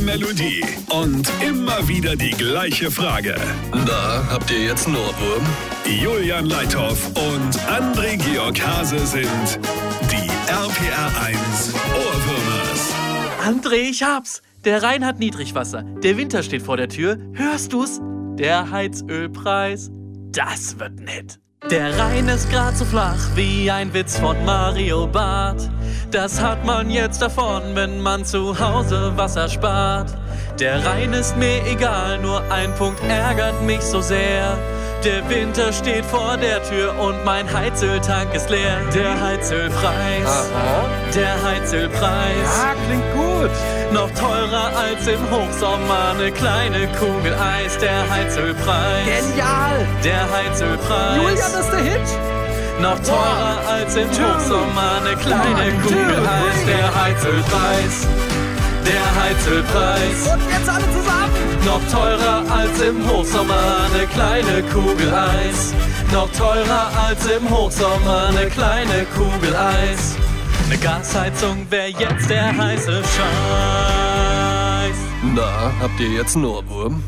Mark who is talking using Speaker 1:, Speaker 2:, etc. Speaker 1: Melodie und immer wieder die gleiche Frage.
Speaker 2: Na, habt ihr jetzt einen Ohrwurm?
Speaker 1: Julian Leithoff und André Georg Hase sind die RPR1 Ohrwürmers.
Speaker 3: André, ich hab's. Der Rhein hat Niedrigwasser. Der Winter steht vor der Tür. Hörst du's? Der Heizölpreis. Das wird nett. Der Rhein ist grad so flach wie ein Witz von Mario Barth. Das hat man jetzt davon, wenn man zu Hause Wasser spart. Der Rhein ist mir egal, nur ein Punkt ärgert mich so sehr. Der Winter steht vor der Tür und mein Heizöltank ist leer. Der Heizölpreis, der Heizölpreis.
Speaker 4: Ah, klingt gut.
Speaker 3: Noch teurer als im Hochsommer eine kleine Kugel Eis, der Heizölpreis.
Speaker 4: Genial.
Speaker 3: Der Heizölpreis.
Speaker 4: Julian, das ist der Hit.
Speaker 3: Noch teurer als im Hochsommer eine kleine
Speaker 4: One, two,
Speaker 3: Kugel Eis,
Speaker 4: three.
Speaker 3: der Heizölpreis. Der Heizölpreis.
Speaker 4: Und jetzt alle zusammen.
Speaker 3: Noch teurer als im Hochsommer eine kleine Kugel Eis. Noch teurer als im Hochsommer eine kleine Kugel Eis. Eine Gasheizung wäre jetzt der heiße Scheiß.
Speaker 2: Na, habt ihr jetzt einen Ohrwurm?